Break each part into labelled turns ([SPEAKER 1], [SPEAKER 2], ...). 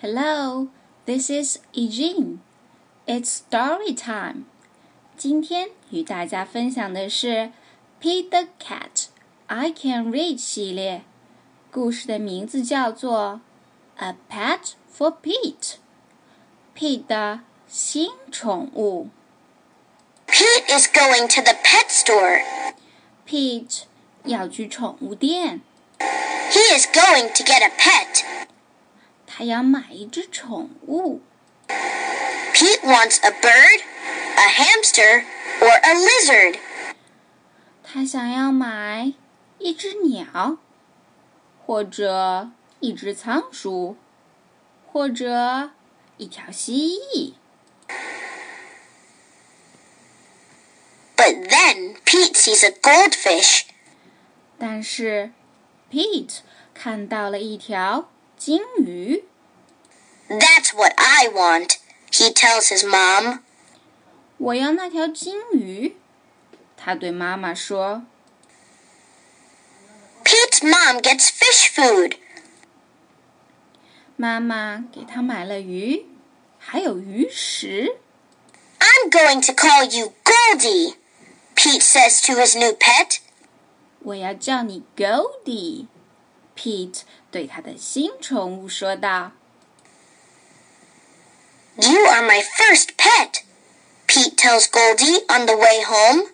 [SPEAKER 1] Hello, this is Eugene. It's story time. 今天与大家分享的是《Peter Cat I Can Read》系列，故事的名字叫做《A Pet for Pete》，Pete 的新宠物。
[SPEAKER 2] Pete is going to the pet store.
[SPEAKER 1] Pete 要去宠物店，
[SPEAKER 2] He is going to get a pet.
[SPEAKER 1] 他要买一只宠物。
[SPEAKER 2] Pete wants a bird, a hamster, or a lizard.
[SPEAKER 1] 他想要买一只鸟，或者一只仓鼠，或者一条蜥蜴。
[SPEAKER 2] But then Pete sees a goldfish.
[SPEAKER 1] 但是，Pete 看到了一条金鱼，
[SPEAKER 2] That's what I want, he tells his mom.
[SPEAKER 1] 我要那条金鱼。他对妈妈说
[SPEAKER 2] Pete's mom gets fish food.：“
[SPEAKER 1] 妈妈给他买了鱼，还有鱼食。
[SPEAKER 2] I'm going to call you Goldie, Pete says to his new pet.
[SPEAKER 1] 我要叫你 Goldie。” Pete 对他的新宠物说道。
[SPEAKER 2] You are my first pet, Pete tells Goldie on the way home.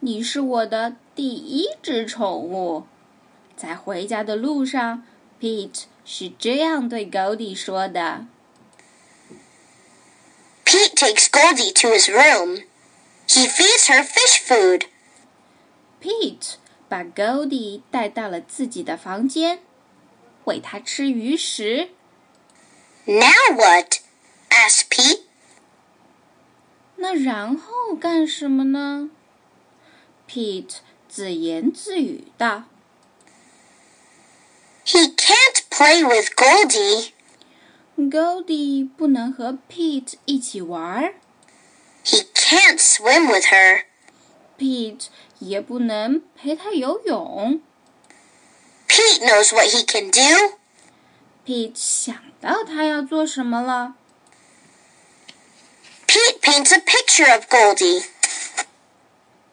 [SPEAKER 1] 你是我的第一只宠物。在回家的路上，Pete 是这样对 Goldie 说的。
[SPEAKER 2] Pete takes Goldie to his room. He feeds her fish food.
[SPEAKER 1] Pete 把 Goldie 带到了自己的房间，喂它吃鱼食。
[SPEAKER 2] Now what? asks Pete.
[SPEAKER 1] 那然后干什么呢？Pete 自言自语道
[SPEAKER 2] He can't play with Goldie.
[SPEAKER 1] ：“Goldie 不能和 Pete 一起玩儿
[SPEAKER 2] He can't swim with her.
[SPEAKER 1] ，Pete 也不能陪它游泳。
[SPEAKER 2] Pete knows what he can do.
[SPEAKER 1] Pete 想到他要做什么了。
[SPEAKER 2] Pete paints a picture of Goldie.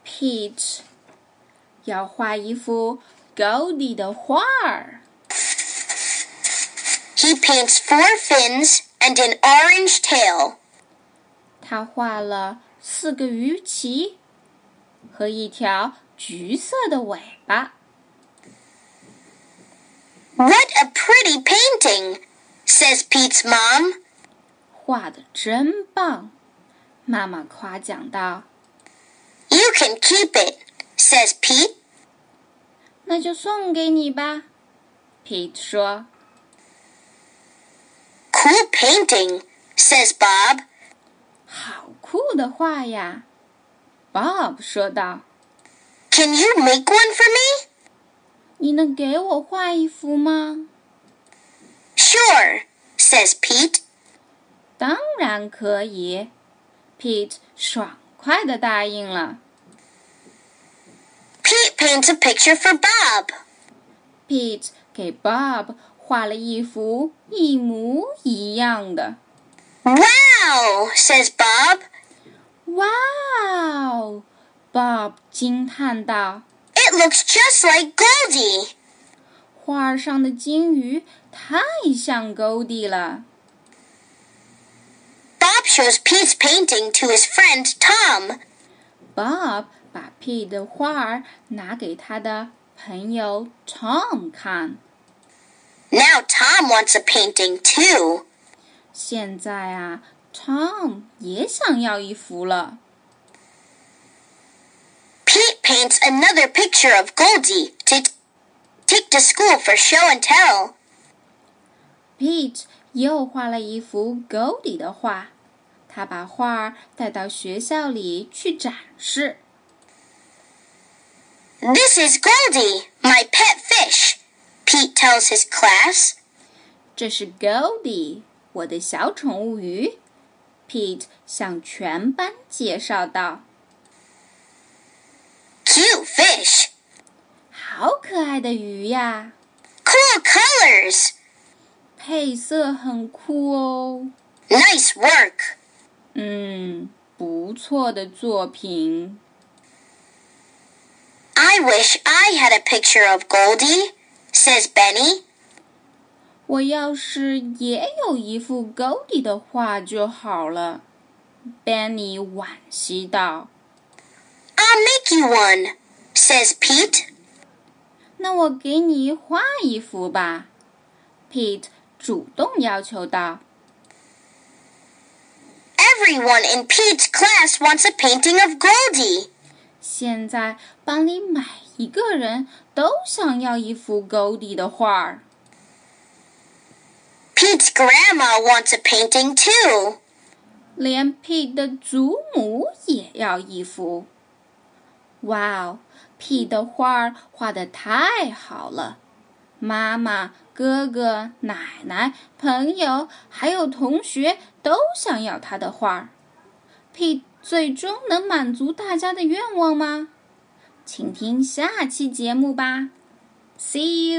[SPEAKER 1] Pete 要画一幅 Goldie 的画儿。
[SPEAKER 2] He paints four fins and an orange tail.
[SPEAKER 1] 他画了四个鱼鳍和一条橘色的尾巴。
[SPEAKER 2] What a pretty painting, says Pete's mom.
[SPEAKER 1] 画的真棒，妈妈夸奖道
[SPEAKER 2] You can keep it, says Pete.：“
[SPEAKER 1] 那就送给你吧。”Pete 说
[SPEAKER 2] Cool painting, says Bob.：“
[SPEAKER 1] 好酷的画呀！” Bob 说道
[SPEAKER 2] Can you make one for me?：“
[SPEAKER 1] 你能给我画一幅吗？”
[SPEAKER 2] Sure, says Pete.
[SPEAKER 1] 当然可以，Pete 爽快地答应了。
[SPEAKER 2] Pete paints a picture for Bob.
[SPEAKER 1] Pete 给 Bob 画了一幅一模一样的。
[SPEAKER 2] Wow, says Bob.
[SPEAKER 1] 哇哦！Bob 惊叹道
[SPEAKER 2] It looks just like Goldie.：“
[SPEAKER 1] 画上的金鱼太像 Goldie 了。
[SPEAKER 2] Bob shows Pete's painting to his friend Tom.
[SPEAKER 1] ”Bob 把 Pete 的画儿拿给他的朋友 Tom 看。
[SPEAKER 2] Now Tom wants a painting too.
[SPEAKER 1] 现在啊，Tom 也想要一幅了。
[SPEAKER 2] Pete paints another picture of Goldie to t- take to school for show and tell.
[SPEAKER 1] Pete 又画了一幅 Goldie 的画，他把画儿带到学校里去展示。
[SPEAKER 2] This is Goldie, my pet fish, Pete tells his class.
[SPEAKER 1] 这是 Goldie，我的小宠物鱼。Pete 向全班介绍道
[SPEAKER 2] Cute fish.：“
[SPEAKER 1] 好可爱的鱼呀，
[SPEAKER 2] Cool colors.
[SPEAKER 1] 配配色很酷哦。
[SPEAKER 2] Nice work.
[SPEAKER 1] 嗯，不错的作品。
[SPEAKER 2] I wish I had a picture of Goldie, says Benny.
[SPEAKER 1] 我要是也有一幅 Goldie 的画就好了。”Benny 惋惜道
[SPEAKER 2] I'll make you one, says Pete.：“
[SPEAKER 1] 那我给你画一幅吧。”Pete 主动要求道
[SPEAKER 2] Everyone in Pete's class wants a painting of Goldie.：“
[SPEAKER 1] 现在班里每一个人都想要一幅 Goldie 的画儿。
[SPEAKER 2] Pete's grandma wants a painting too.
[SPEAKER 1] 连 P 的祖母也要一幅。哇哦，P 的画儿画得太好了！妈妈、哥哥、奶奶、朋友还有同学都想要他的画儿。P 最终能满足大家的愿望吗？请听下期节目吧。See you。